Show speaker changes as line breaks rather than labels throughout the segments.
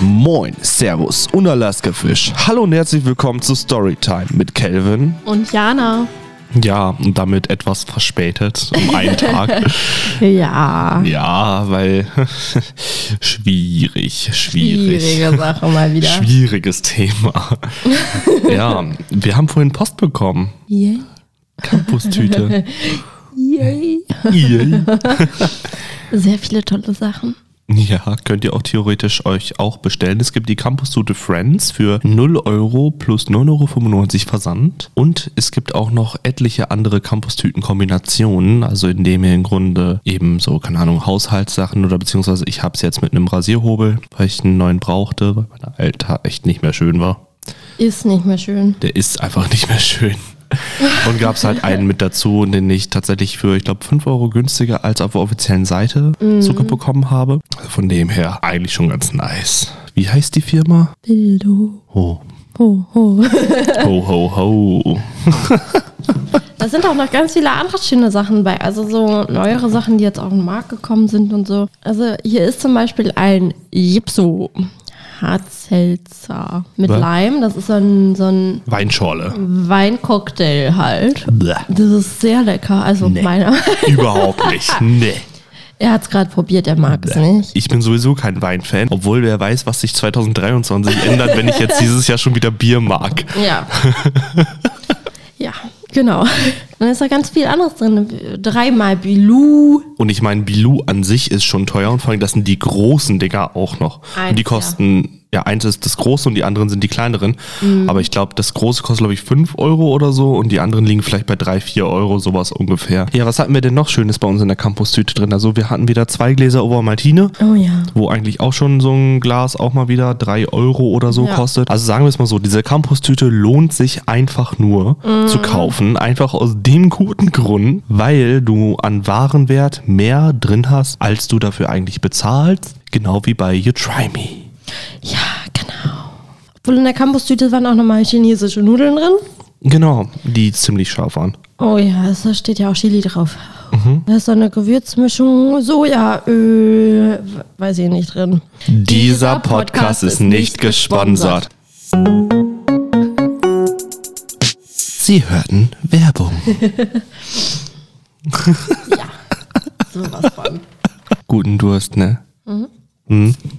Moin, Servus und Alaska-Fisch. Hallo und herzlich willkommen zu Storytime mit Kelvin.
Und Jana.
Ja, und damit etwas verspätet um einen Tag.
Ja.
Ja, weil schwierig, schwierig.
Schwierige Sache mal wieder.
Schwieriges Thema. ja, wir haben vorhin Post bekommen.
Yay.
Campustüte.
Yay.
Yay.
Sehr viele tolle Sachen.
Ja, könnt ihr auch theoretisch euch auch bestellen. Es gibt die Campus Tute Friends für 0 Euro plus 9,95 Euro Versand. Und es gibt auch noch etliche andere Campus-Tüten-Kombinationen, also indem ihr im Grunde eben so, keine Ahnung, Haushaltssachen oder beziehungsweise ich habe es jetzt mit einem Rasierhobel, weil ich einen neuen brauchte, weil mein alter echt nicht mehr schön war.
Ist nicht mehr schön.
Der ist einfach nicht mehr schön. Und gab es halt einen mit dazu, den ich tatsächlich für, ich glaube, 5 Euro günstiger als auf der offiziellen Seite sogar bekommen habe. Also von dem her eigentlich schon ganz nice. Wie heißt die Firma?
Bildo.
Ho,
Ho, ho.
ho, ho, ho.
Da sind auch noch ganz viele andere schöne Sachen bei. Also so neuere Sachen, die jetzt auf den Markt gekommen sind und so. Also hier ist zum Beispiel ein Jipso. Hartzelzer mit
Was?
Leim. Das ist so ein, so ein
Weinschorle.
Weincocktail halt.
Bäh.
Das ist sehr lecker. Also meiner.
Überhaupt nicht. Nee.
Er hat es gerade probiert, er mag es nicht.
Ich bin sowieso kein Weinfan, obwohl wer weiß, was sich 2023 ändert, wenn ich jetzt dieses Jahr schon wieder Bier mag.
Ja. ja, genau. Dann ist da ganz viel anderes drin. Dreimal Bilou.
Und ich meine, Bilou an sich ist schon teuer und vor allem, das sind die großen Dinger auch noch.
Eins,
und die
ja.
kosten, ja. eins ist das große und die anderen sind die kleineren.
Mhm.
Aber ich glaube, das große kostet, glaube ich, 5 Euro oder so und die anderen liegen vielleicht bei 3, 4 Euro, sowas ungefähr. Ja, was hatten wir denn noch Schönes bei uns in der Campus-Tüte drin? Also wir hatten wieder zwei Gläser Over Martine.
Oh ja.
Wo eigentlich auch schon so ein Glas auch mal wieder 3 Euro oder so
Ja.
kostet. Also sagen wir es mal so, diese Campus-Tüte lohnt sich einfach nur zu kaufen. Einfach aus dem guten Grund, weil du an Warenwert mehr drin hast, als du dafür eigentlich bezahlst. Genau wie bei You Try Me.
Ja, genau. Obwohl in der Campus-Tüte waren auch nochmal chinesische Nudeln drin.
Genau, die ziemlich scharf waren.
Oh ja, es- da steht ja auch Chili drauf.
Mhm.
Da ist so eine Gewürzmischung, Sojaöl, w- weiß ich nicht drin.
Dieser Podcast ist nicht gesponsert. Sie hörten Werbung.
Sowas von.
Guten Durst, ne?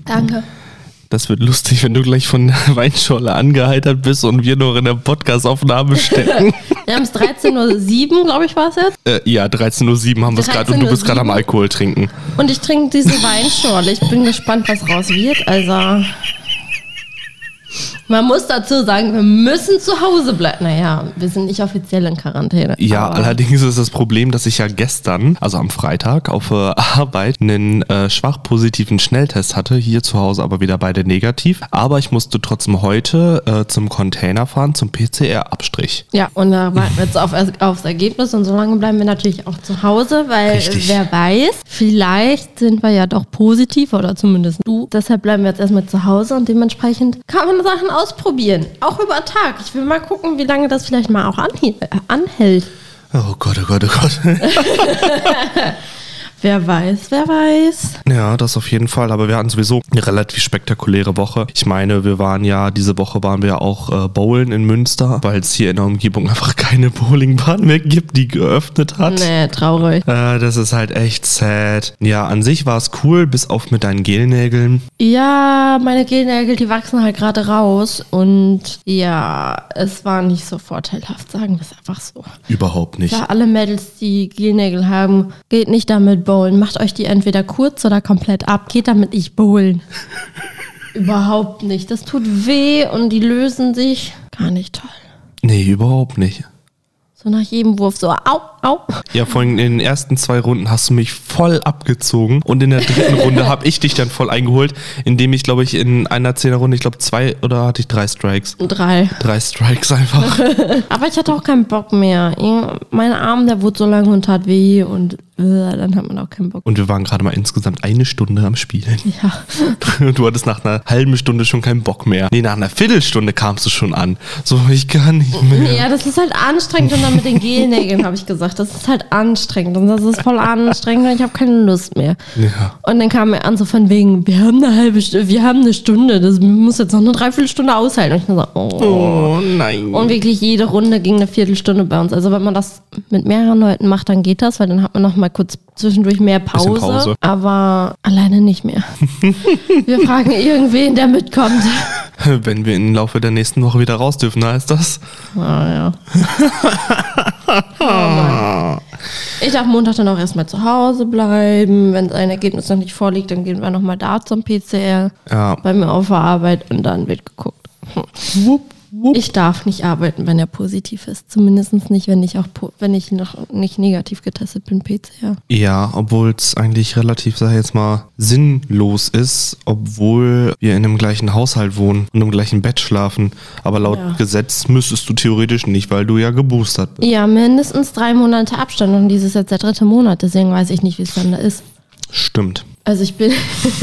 Danke.
Das wird lustig, wenn du gleich von der Weinschorle angeheitert bist und wir noch in der Podcastaufnahme stecken.
Wir haben es 13.07 Uhr, glaube ich, war es jetzt.
äh, ja, 13.07 Uhr haben wir es gerade und du bist gerade am
13:07?
Alkohol trinken.
Und ich trinke diesen Weinschorle. Ich bin gespannt, was raus wird. Also. Man muss dazu sagen, wir müssen zu Hause bleiben. Naja, wir sind nicht offiziell in Quarantäne.
Ja,
aber-
allerdings ist das Problem, dass ich ja gestern, also am Freitag, auf äh, Arbeit einen äh, schwach positiven Schnelltest hatte. Hier zu Hause aber wieder beide negativ. Aber ich musste trotzdem heute äh, zum Container fahren, zum PCR-Abstrich.
Ja, und da warten wir jetzt auf, aufs Ergebnis und so lange bleiben wir natürlich auch zu Hause, weil
Richtig.
wer weiß, vielleicht sind wir ja doch positiv oder zumindest du. Deshalb bleiben wir jetzt erstmal zu Hause und dementsprechend kann man Sachen ausprobieren. Auch über Tag. Ich will mal gucken, wie lange das vielleicht mal auch anhe- äh, anhält.
Oh Gott, oh Gott, oh Gott.
Wer weiß, wer weiß.
Ja, das auf jeden Fall. Aber wir hatten sowieso eine relativ spektakuläre Woche. Ich meine, wir waren ja, diese Woche waren wir auch äh, bowlen in Münster, weil es hier in der Umgebung einfach keine Bowlingbahn mehr gibt, die geöffnet hat.
Nee, traurig.
Äh, das ist halt echt sad. Ja, an sich war es cool, bis auf mit deinen Gelnägeln.
Ja, meine Gelnägel, die wachsen halt gerade raus und ja, es war nicht so vorteilhaft, sagen wir es einfach so.
Überhaupt nicht.
Ja, alle Mädels, die Gelnägel haben, geht nicht damit bowlen. Macht euch die entweder kurz oder komplett ab. Geht damit nicht bowlen. Überhaupt nicht. Das tut weh und die lösen sich. Gar nicht toll.
Nee, überhaupt nicht.
So nach jedem Wurf so au, au.
Ja, vor allem in den ersten zwei Runden hast du mich voll abgezogen und in der dritten Runde habe ich dich dann voll eingeholt, indem ich, glaube ich, in einer Zehnerrunde, ich glaube, zwei oder hatte ich drei Strikes.
Drei.
Drei Strikes einfach.
Aber ich hatte auch keinen Bock mehr. Mein Arm, der wurde so lange und tat weh und äh, dann hat man auch keinen Bock.
Und wir waren gerade mal insgesamt eine Stunde am Spielen.
Ja.
Und du hattest nach einer halben Stunde schon keinen Bock mehr. Nee, nach einer Viertelstunde kamst du schon an. So, ich kann nicht mehr.
Ja, das ist halt anstrengend und dann mit den Gelnägeln habe ich gesagt, das ist halt anstrengend und das ist voll anstrengend und ich habe keine Lust mehr.
Ja.
Und dann kam mir an so von wegen, wir haben eine halbe Stunde, wir haben eine Stunde, das muss jetzt noch eine Dreiviertelstunde aushalten. Und ich nur so, oh.
Oh nein.
Und wirklich jede Runde ging eine Viertelstunde bei uns. Also wenn man das mit mehreren Leuten macht, dann geht das, weil dann hat man noch mal kurz zwischendurch mehr Pause.
Bisschen Pause.
Aber alleine nicht mehr. wir fragen irgendwen, der mitkommt.
Wenn wir im Laufe der nächsten Woche wieder raus dürfen, heißt das.
Ah, ja. Oh Mann. ich darf Montag dann auch erstmal zu Hause bleiben. Wenn ein Ergebnis noch nicht vorliegt, dann gehen wir nochmal da zum PCR.
Ja.
Bei mir auf der Arbeit und dann wird geguckt. Hm.
Wupp, wupp.
Ich darf nicht arbeiten, wenn er positiv ist. Zumindest nicht, wenn ich auch po- wenn ich noch nicht negativ getestet bin, PCR.
Ja, obwohl es eigentlich relativ, sag ich jetzt mal, sinnlos ist, obwohl wir in dem gleichen Haushalt wohnen und im gleichen Bett schlafen. Aber laut
Ja.
Gesetz müsstest du theoretisch nicht, weil du ja geboostert bist.
Ja, mindestens drei Monate Abstand und dieses ist jetzt der dritte Monat, deswegen weiß ich nicht, wie es dann da ist.
Stimmt.
Also ich bin,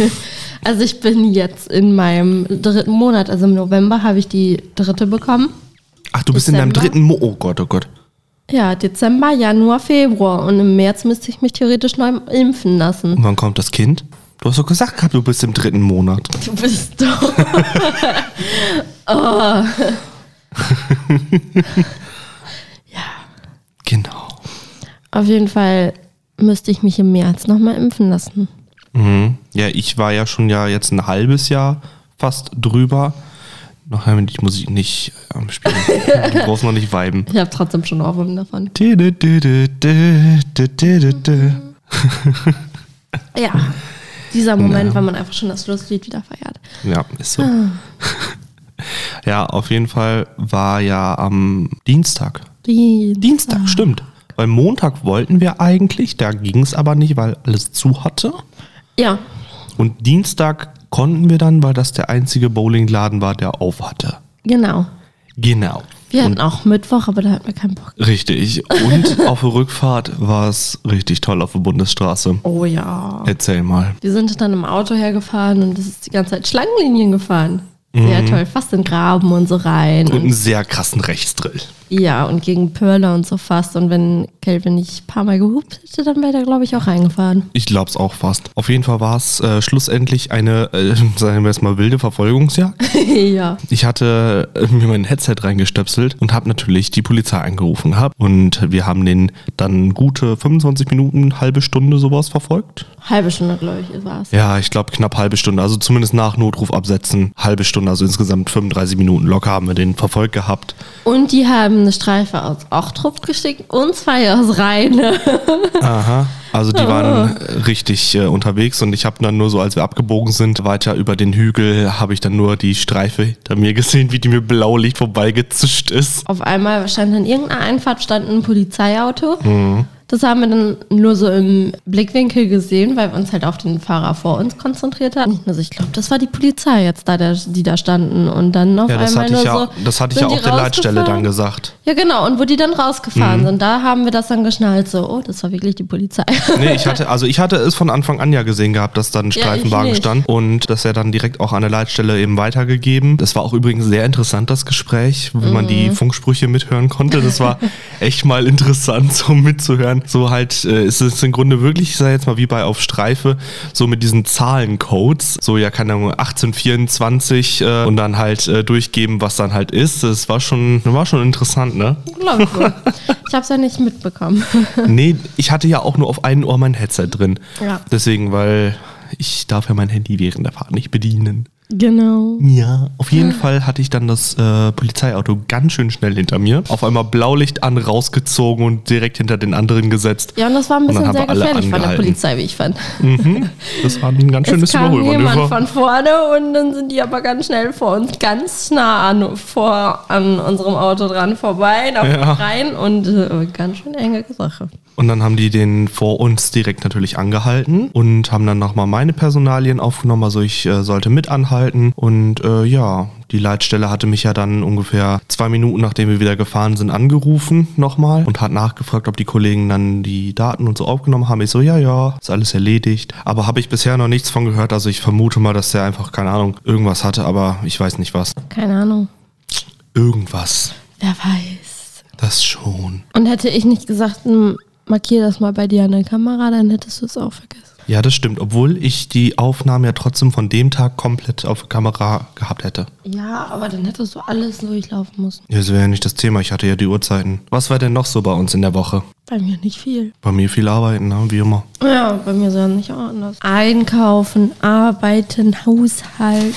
also ich bin jetzt in meinem dritten Monat, also im November habe ich die dritte bekommen.
Ach, du bist in deinem
Dezember?
dritten Mo. Oh Gott, oh Gott.
Ja, Dezember, Januar, Februar und im März müsste ich mich theoretisch neu impfen lassen.
Und wann kommt das Kind? Du hast doch gesagt gehabt, du bist im dritten Monat.
Du bist doch.
Genau.
Auf jeden Fall müsste ich mich im März nochmal impfen lassen.
Mhm. Ja, ich war ja schon ja jetzt ein halbes Jahr fast drüber. Noch haben wir die Musik nicht am Spielen. Du brauchst noch nicht weiben.
Ich habe trotzdem schon Ohrwurm davon.
Du, du, du, du, du, du, du, du, du.
Ja, dieser Moment, wenn man einfach schon das Schlusslied wieder feiert.
Ja, ist so. Ja, auf jeden Fall war ja am Dienstag.
Die
Dienstag, stimmt. Weil Montag wollten wir eigentlich, da ging es aber nicht, weil alles zu hatte.
Ja,
Und Dienstag konnten wir dann, weil das der einzige Bowlingladen war, der auf hatte.
genau.
Genau.
Wir hatten auch Mittwoch, aber da hatten wir keinen Bock.
Richtig. Und auf der Rückfahrt war es richtig toll auf der Bundesstraße.
Oh ja.
Erzähl mal.
Wir sind dann im Auto hergefahren und es ist die ganze Zeit Schlangenlinien gefahren. Sehr toll, fast in Graben und so rein.
Und einen sehr krassen Rechtsdrill.
Ja, und gegen Pörler und so fast. Und wenn Kelvin nicht ein paar Mal gehupt hätte, dann wäre der, glaube ich, auch reingefahren.
Ich glaub's auch fast. Auf jeden Fall war es äh, schlussendlich eine, äh, sagen wir es mal, wilde Verfolgungsjagd.
ja.
Ich hatte äh, mir mein Headset reingestöpselt und habe natürlich die Polizei angerufen gehabt. Und wir haben den dann gute 25 Minuten, halbe Stunde sowas verfolgt.
Halbe Stunde, glaube ich, war es.
Ja, ich glaube knapp halbe Stunde. Also zumindest nach Notruf absetzen, halbe Stunde, also insgesamt 35 Minuten locker haben wir den verfolgt gehabt.
Und die haben eine Streife aus Ochtrup geschickt und zwei aus Rheine.
Aha. Also die waren
Oh.
äh, richtig äh, unterwegs und ich habe dann nur so, als wir abgebogen sind, weiter über den Hügel, habe ich dann nur die Streife hinter mir gesehen, wie die mir Blaulicht vorbeigezischt ist.
Auf einmal stand in irgendeiner Einfahrt stand ein Polizeiauto. Das haben wir dann nur so im Blickwinkel gesehen, weil wir uns halt auf den Fahrer vor uns konzentriert hatten. Also ich glaube, das war die Polizei jetzt da, der, die da standen. Und dann auf
Ja, das
einmal
hatte
nur
ich ja,
so.
das hatte ich ja
sind
auch
die
der Leitstelle
rausgefahren.
dann Mhm. gesagt.
Ja, genau. Und wo die dann rausgefahren sind, da haben wir das dann geschnallt. So, oh, das war wirklich die Polizei.
Nee, ich hatte, also ich hatte es von Anfang an ja gesehen gehabt, dass da ein
Ja,
Streifenwagen
ich nicht.
stand und dass er dann direkt auch an der Leitstelle eben weitergegeben. Das war auch übrigens sehr interessant, das Gespräch, wenn man die
Mhm.
Funksprüche mithören konnte. Das war echt mal interessant, so mitzuhören. So halt, äh, ist es im Grunde wirklich, ich sag jetzt mal wie bei Auf Streife, so mit diesen Zahlencodes, so ja, keine Ahnung, 1824 äh, und dann halt äh, durchgeben, was dann halt ist. Das war schon, war schon interessant, ne?
Glaub wohl. ich habe es ja nicht mitbekommen.
Nee, ich hatte ja auch nur auf einem Ohr mein Headset drin.
Ja.
Deswegen, weil ich darf ja mein Handy während der Fahrt nicht bedienen.
genau.
Ja, auf jeden Fall hatte ich dann das äh, Polizeiauto ganz schön schnell hinter mir. Auf einmal Blaulicht an, rausgezogen und direkt hinter den anderen gesetzt.
Ja, und das war ein
Und dann
bisschen
haben
sehr
wir alle
gefährlich von der
angehalten.
Polizei, wie ich fand.
Das war ein ganz
Es
schönes
kam jemand
Überholmanöver.
von vorne und dann sind die aber ganz schnell vor uns, ganz nah an, vor, an unserem Auto dran vorbei, nach
Ja.
rein und äh, ganz schön enge Sache.
Und dann haben die den vor uns direkt natürlich angehalten und haben dann nochmal meine Personalien aufgenommen. Also ich äh, sollte mit anhalten. Und äh, ja, die Leitstelle hatte mich ja dann ungefähr zwei Minuten, nachdem wir wieder gefahren sind, angerufen nochmal und hat nachgefragt, ob die Kollegen dann die Daten und so aufgenommen haben. Ich so, ja, ja, ist alles erledigt. Aber habe ich bisher noch nichts von gehört. Also ich vermute mal, dass der einfach, keine Ahnung, irgendwas hatte, aber ich weiß nicht was.
Keine Ahnung.
Irgendwas.
Wer weiß.
Das schon.
Und hätte ich nicht gesagt, hm, markier das mal bei dir an der Kamera, dann hättest du es auch vergessen.
Ja, das stimmt, obwohl ich die Aufnahme ja trotzdem von dem Tag komplett auf Kamera gehabt hätte.
Ja, aber dann hättest du alles durchlaufen müssen.
Das wäre ja nicht das Thema, ich hatte ja die Uhrzeiten. Was war denn noch so bei uns in der Woche?
Bei mir nicht viel.
Bei mir viel arbeiten, ne? wie immer.
Ja, bei mir sah nicht auch anders. Einkaufen, arbeiten, Haushalt,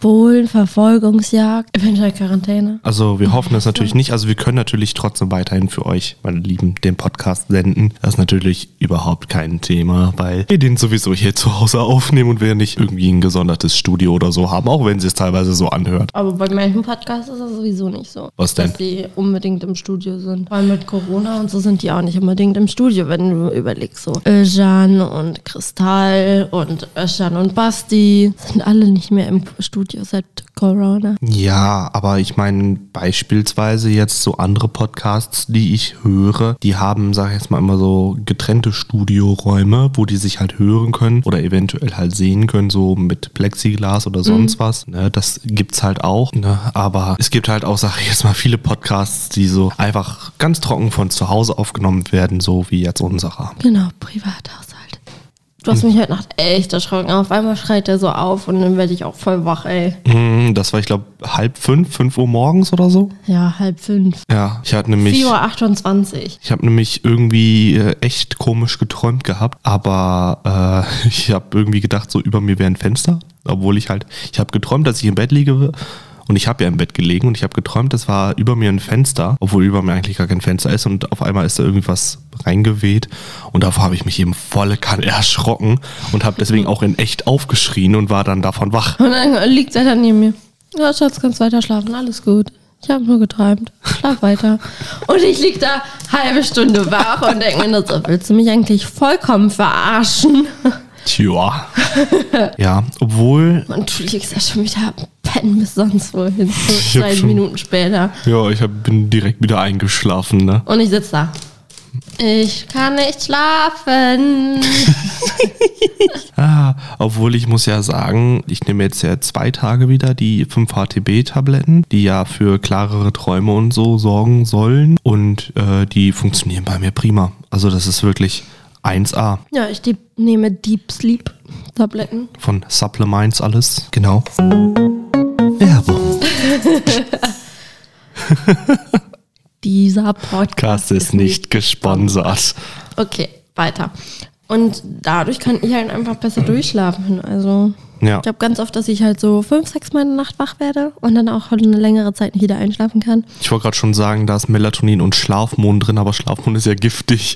Bohlen, Verfolgungsjagd, eventuell Quarantäne.
Also wir hoffen es natürlich nicht. Also wir können natürlich trotzdem weiterhin für euch, meine Lieben, den Podcast senden. Das ist natürlich überhaupt kein Thema, weil wir den sowieso hier zu Hause aufnehmen und wir nicht irgendwie ein gesondertes Studio oder so haben, auch wenn sie es teilweise so anhört.
Aber bei manchen Podcasts ist das sowieso nicht so.
Was denn?
Dass die unbedingt im Studio sind. Weil mit Corona und so sind die auch nicht unbedingt im Studio, wenn du überlegst. So Özcan und Kristall und Özcan und Basti sind alle nicht mehr im Studio seit Corona.
Ja, aber ich meine beispielsweise jetzt so andere Podcasts, die ich höre, die haben, sag ich jetzt mal immer so getrennte Studioräume, wo die sich halt hören können oder eventuell halt sehen können, so mit Plexiglas oder sonst was. Ne, das gibt's halt auch. Ne, aber es gibt halt auch, sag ich jetzt mal, viele Podcasts, die so einfach ganz trocken von zu Hause aufgenommen werden, so wie jetzt unserer.
Genau, Privathaushalt. Du hast
Hm.
mich heute Nacht echt erschrocken. Auf einmal schreit der so auf und dann werde ich auch voll wach, ey.
Hm, Das war, ich glaube, halb fünf, fünf Uhr morgens oder so.
Ja, halb fünf.
Ja, ich hatte nämlich.
4.28 Uhr.
Ich habe nämlich irgendwie äh, echt komisch geträumt gehabt, aber äh, ich habe irgendwie gedacht, so über mir wäre ein Fenster, obwohl ich halt, ich habe geträumt, dass ich im Bett liege und ich habe ja im Bett gelegen und ich habe geträumt, es war über mir ein Fenster, obwohl über mir eigentlich gar kein Fenster ist und auf einmal ist da irgendwas reingeweht und davor habe ich mich eben volle Kanne erschrocken und habe deswegen auch in echt aufgeschrien und war dann davon wach.
Und dann liegt er dann neben mir. Ja, Schatz, kannst weiter schlafen, alles gut. Ich habe nur geträumt. Schlaf weiter. Und ich lieg da halbe Stunde wach und denke mir nur so, willst du mich eigentlich vollkommen verarschen?
Tja. Ja, obwohl
Und du liegst da schon wieder am pennen bis sonst wohin. So
hab
zwei
schon-
Minuten später.
ja, ich hab, bin direkt wieder eingeschlafen, ne?
Und ich sitze da. Ich kann nicht schlafen.
Ah, obwohl ich muss ja sagen, ich nehme jetzt ja zwei Tage wieder die 5-HTB-Tabletten, die ja für klarere Träume und so sorgen sollen. Und äh, die funktionieren bei mir prima. Also das ist wirklich 1A
Ja, ich die, nehme Deep Sleep Tabletten.
von Supplements alles. Genau. Werbung.
Dieser Podcast
Das ist nicht gesponsert.
Okay, weiter. Und dadurch kann ich halt einfach besser durchschlafen. Also
Ja.
ich habe ganz oft, dass ich halt so fünf, sechs Mal in der Nacht wach werde und dann auch halt eine längere Zeit nicht wieder einschlafen kann.
Ich wollte gerade schon sagen, da ist Melatonin und Schlafmohn drin, aber Schlafmohn ist ja giftig.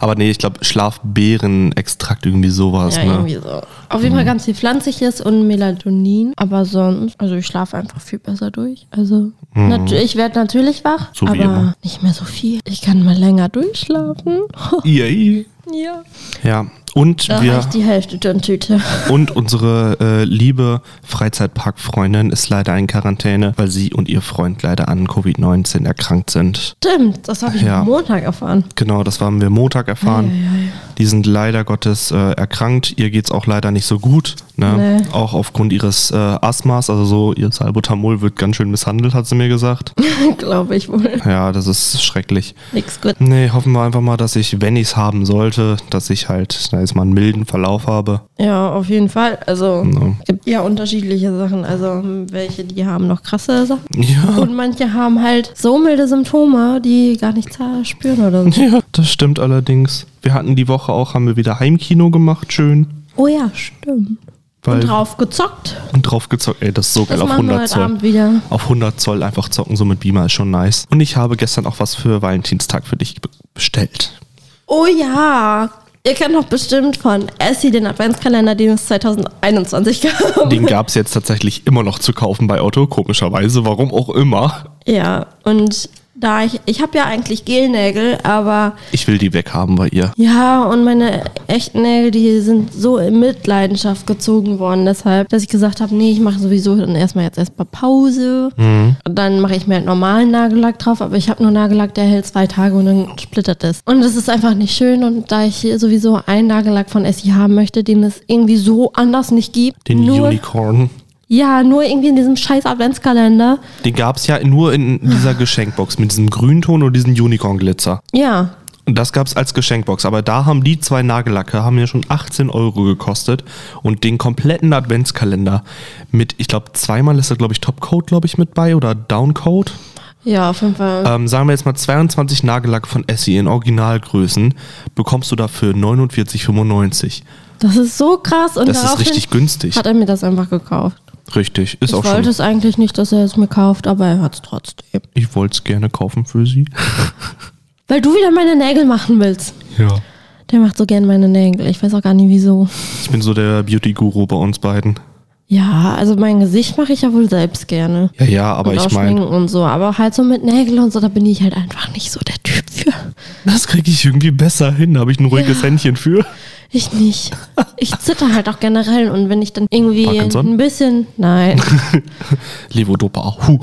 aber nee, ich glaube Schlafbeerenextrakt irgendwie sowas.
Ja,
ne?
irgendwie so. Auf
Mhm.
jeden Fall ganz viel Pflanzliches und Melatonin. Aber sonst, also ich schlafe einfach viel besser durch. Also nat- ich werde natürlich wach,
Mhm. So wie immer.
aber nicht mehr so viel. Ich kann mal länger durchschlafen.
Yay.
ja.
Ja, und
Da
wir
reicht die Hälfte der Tüte.
und unsere äh, liebe Freizeitparkfreundin ist leider in Quarantäne, weil sie und ihr Freund leider an Covid-19 erkrankt sind.
Stimmt, das habe ich
Ja.
am Montag erfahren.
Genau, das haben wir Montag erfahren. Die sind leider Gottes äh, erkrankt. Ihr geht's auch leider nicht so gut. Ne?
Nee.
Auch aufgrund ihres äh, Asthmas, also so ihr Salbutamol wird ganz schön misshandelt, hat sie mir gesagt.
Glaube ich wohl.
Ja, das ist schrecklich.
Nix gut.
Nee, hoffen wir einfach mal, dass ich, wenn ich's haben sollte, dass ich halt, da jetzt mal einen milden Verlauf habe.
Ja, auf jeden Fall. Also
Ja.
es gibt ja unterschiedliche Sachen. Also hm, welche, die haben noch krasse Sachen.
Ja.
Und manche haben halt so milde Symptome, die gar nichts spüren oder so.
Ja, das stimmt allerdings. Wir hatten die Woche auch, haben wir wieder Heimkino gemacht, schön.
Oh ja, stimmt.
Weil,
Und drauf gezockt.
und drauf gezockt. Ey, das ist so geil,
Das
auf
machen wir
100
heute Abend
Zoll.
wieder.
Auf 100 Zoll einfach zocken, so mit Beamer ist schon nice. Und ich habe gestern auch was für Valentinstag für dich be- bestellt.
Oh ja. Ihr kennt doch bestimmt von Essie den Adventskalender, den es 2021 gab.
Den gab es jetzt tatsächlich immer noch zu kaufen bei Otto, komischerweise, warum auch immer.
Ja, und da ich, ich habe ja eigentlich Gelnägel, aber
Ich will die weghaben bei ihr.
ja, und meine echten Nägel, die sind so in Mitleidenschaft gezogen worden, deshalb, dass ich gesagt habe, nee, ich mache sowieso dann erstmal jetzt erstmal Pause.
Mhm.
Und dann mache ich mir halt normalen Nagellack drauf, aber ich habe nur Nagellack, der hält zwei Tage und dann splittert es. Und das ist einfach nicht schön und da ich hier sowieso einen Nagellack von Essie haben möchte, den es irgendwie so anders nicht gibt.
Den
nur,
Unicorn.
Ja, nur irgendwie in diesem scheiß Adventskalender.
Den gab es ja nur in dieser Geschenkbox mit diesem Grünton und diesem Unicorn-Glitzer.
Ja,
Und das gab es als Geschenkbox. Aber da haben die zwei Nagellacke, haben ja schon 18 Euro gekostet. Und den kompletten Adventskalender mit, ich glaube, zweimal ist da, glaube ich, Topcoat, glaube ich, mit bei oder Downcode.
ja, auf jeden Fall.
Ähm, sagen wir jetzt mal 22 Nagellack von Essie in Originalgrößen bekommst du dafür 49,95.
Das ist so krass und
Das ist
daraufhin
richtig günstig.
hat er mir das einfach gekauft.
Richtig, ist
Ich
auch
wollte
schon.
es eigentlich nicht, dass er es mir kauft, aber er hat es trotzdem.
Ich wollte es gerne kaufen für sie.
Weil du wieder meine Nägel machen willst.
Ja.
Der macht so gern meine Nägel. Ich weiß auch gar nicht wieso.
Ich bin so der Beauty-Guru bei uns beiden.
Ja, also mein Gesicht mache ich ja wohl selbst gerne.
Ja, ja, aber
und auch
ich meine,
Schminken und so. Aber halt so mit Nägeln und so, da bin ich halt einfach nicht so der Typ für.
das kriege ich irgendwie besser hin. Da habe ich ein ruhiges Händchen für.
Ich nicht. Ich zitter halt auch generell und wenn ich dann irgendwie
Parkinson?
ein bisschen. Nein.
Levodopa. Huh.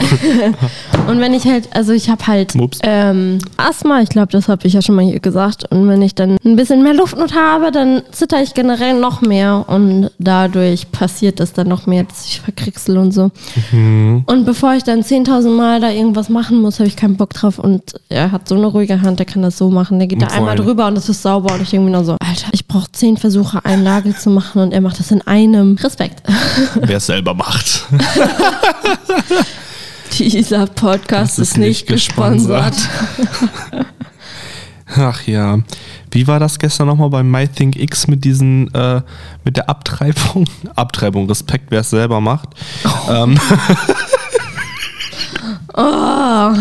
Und wenn ich halt, also ich habe halt
Mups.
ähm, Asthma, ich glaube, das habe ich ja schon mal hier gesagt. Und wenn ich dann ein bisschen mehr Luftnot habe, dann zitter ich generell noch mehr und dadurch passiert es dann noch mehr, dass ich verkriechsel und so. Und bevor ich dann 10.000 Mal da irgendwas machen muss, habe ich keinen Bock drauf. Und er hat so eine ruhige Hand, der kann das so machen. Der geht da
Und vor
einmal
allem-
drüber und es ist sauber. Und ich denke mir nur so, Alter, ich brauche zehn Versuche, einen Nagel zu machen und er macht das in einem. Respekt.
Wer es selber macht.
Dieser Podcast ist, nicht gesponsert.
Ach ja. Wie war das gestern nochmal bei MyThinkX mit diesen, äh, mit der Abtreibung? Abtreibung, Respekt, wer es selber macht. Ähm,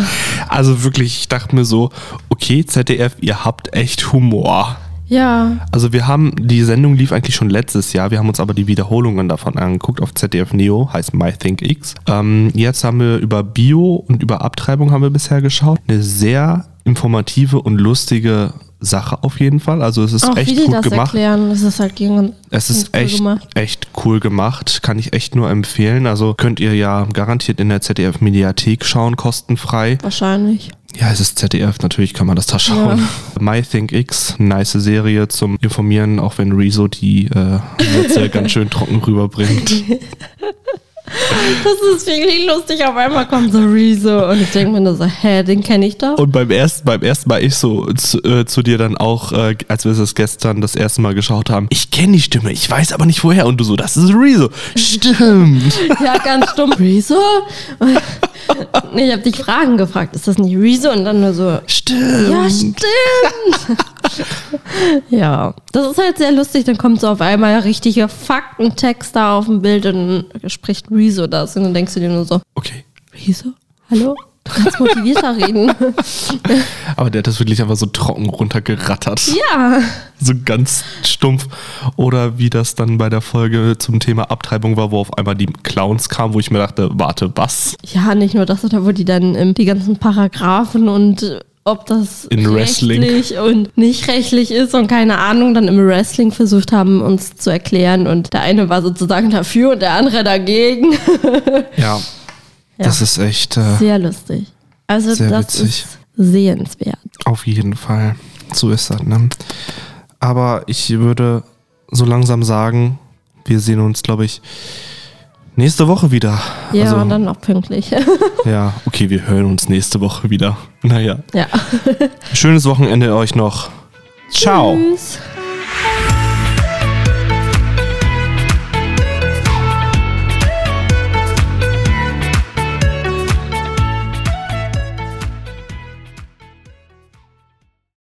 Also wirklich, ich dachte mir so, okay, ZDF, ihr habt echt Humor.
Ja,
Also wir haben, die Sendung lief eigentlich schon letztes Jahr, wir haben uns aber die Wiederholungen davon angeguckt auf ZDF Neo, heißt MyThinkX. Ähm, jetzt haben wir über Bio und über Abtreibung haben wir bisher geschaut. Eine sehr informative und lustige Sache auf jeden Fall. Also es ist
Auch wie
echt
die
gut
das
gemacht.
erklären, das ist halt gegen
Es ist
cool
echt,
gemacht.
echt cool gemacht, kann ich echt nur empfehlen. Also könnt ihr ja garantiert in der ZDF Mediathek schauen, kostenfrei.
Wahrscheinlich.
Ja, es ist ZDF, natürlich kann man das da schauen. MyThinkX, nice Serie zum Informieren, auch wenn Rezo die äh, Sätze ganz schön trocken rüberbringt.
Das ist wirklich lustig. Auf einmal kommt so Rezo und ich denke mir nur so, hä, den kenne ich doch.
Und beim ersten, beim ersten Mal ich so zu, äh, zu dir dann auch, äh, als wir es gestern das erste Mal geschaut haben, ich kenne die Stimme, ich weiß aber nicht woher. Und du so, das ist Rezo. Stimmt.
ja, ganz stumm. Rezo? Nee, ich habe dich Fragen gefragt. Ist das nicht Rezo? Und dann nur so,
Stimmt.
ja, stimmt. ja, das ist halt sehr lustig. Dann kommt so auf einmal richtiger Faktentext da auf dem Bild und dann spricht Rezo das. Und dann denkst du dir nur so,
Okay.
Rezo? Hallo? Du kannst motivierter reden.
Aber der hat das wirklich einfach so trocken runtergerattert.
ja.
So ganz stumpf. Oder wie das dann bei der Folge zum Thema Abtreibung war, wo auf einmal die Clowns kamen, wo ich mir dachte, warte, was?
Ja, nicht nur das, sondern wo die dann ähm, die ganzen Paragraphen und äh, ob das
In Wrestling.
rechtlich und nicht rechtlich ist und keine Ahnung, dann im Wrestling versucht haben, uns zu erklären. Und der eine war sozusagen dafür und der andere dagegen.
Ja. Das ist echt äh,
Sehr lustig. Also
Sehr
das
witzig.
ist sehenswert.
auf jeden Fall. So ist das, ne? Aber ich würde so langsam sagen, wir sehen uns, glaube ich, nächste Woche wieder.
Ja,
also,
und dann noch pünktlich.
ja, okay, wir hören uns nächste Woche wieder. Naja.
ja.
Schönes Wochenende euch noch. Ciao.
Tschüss.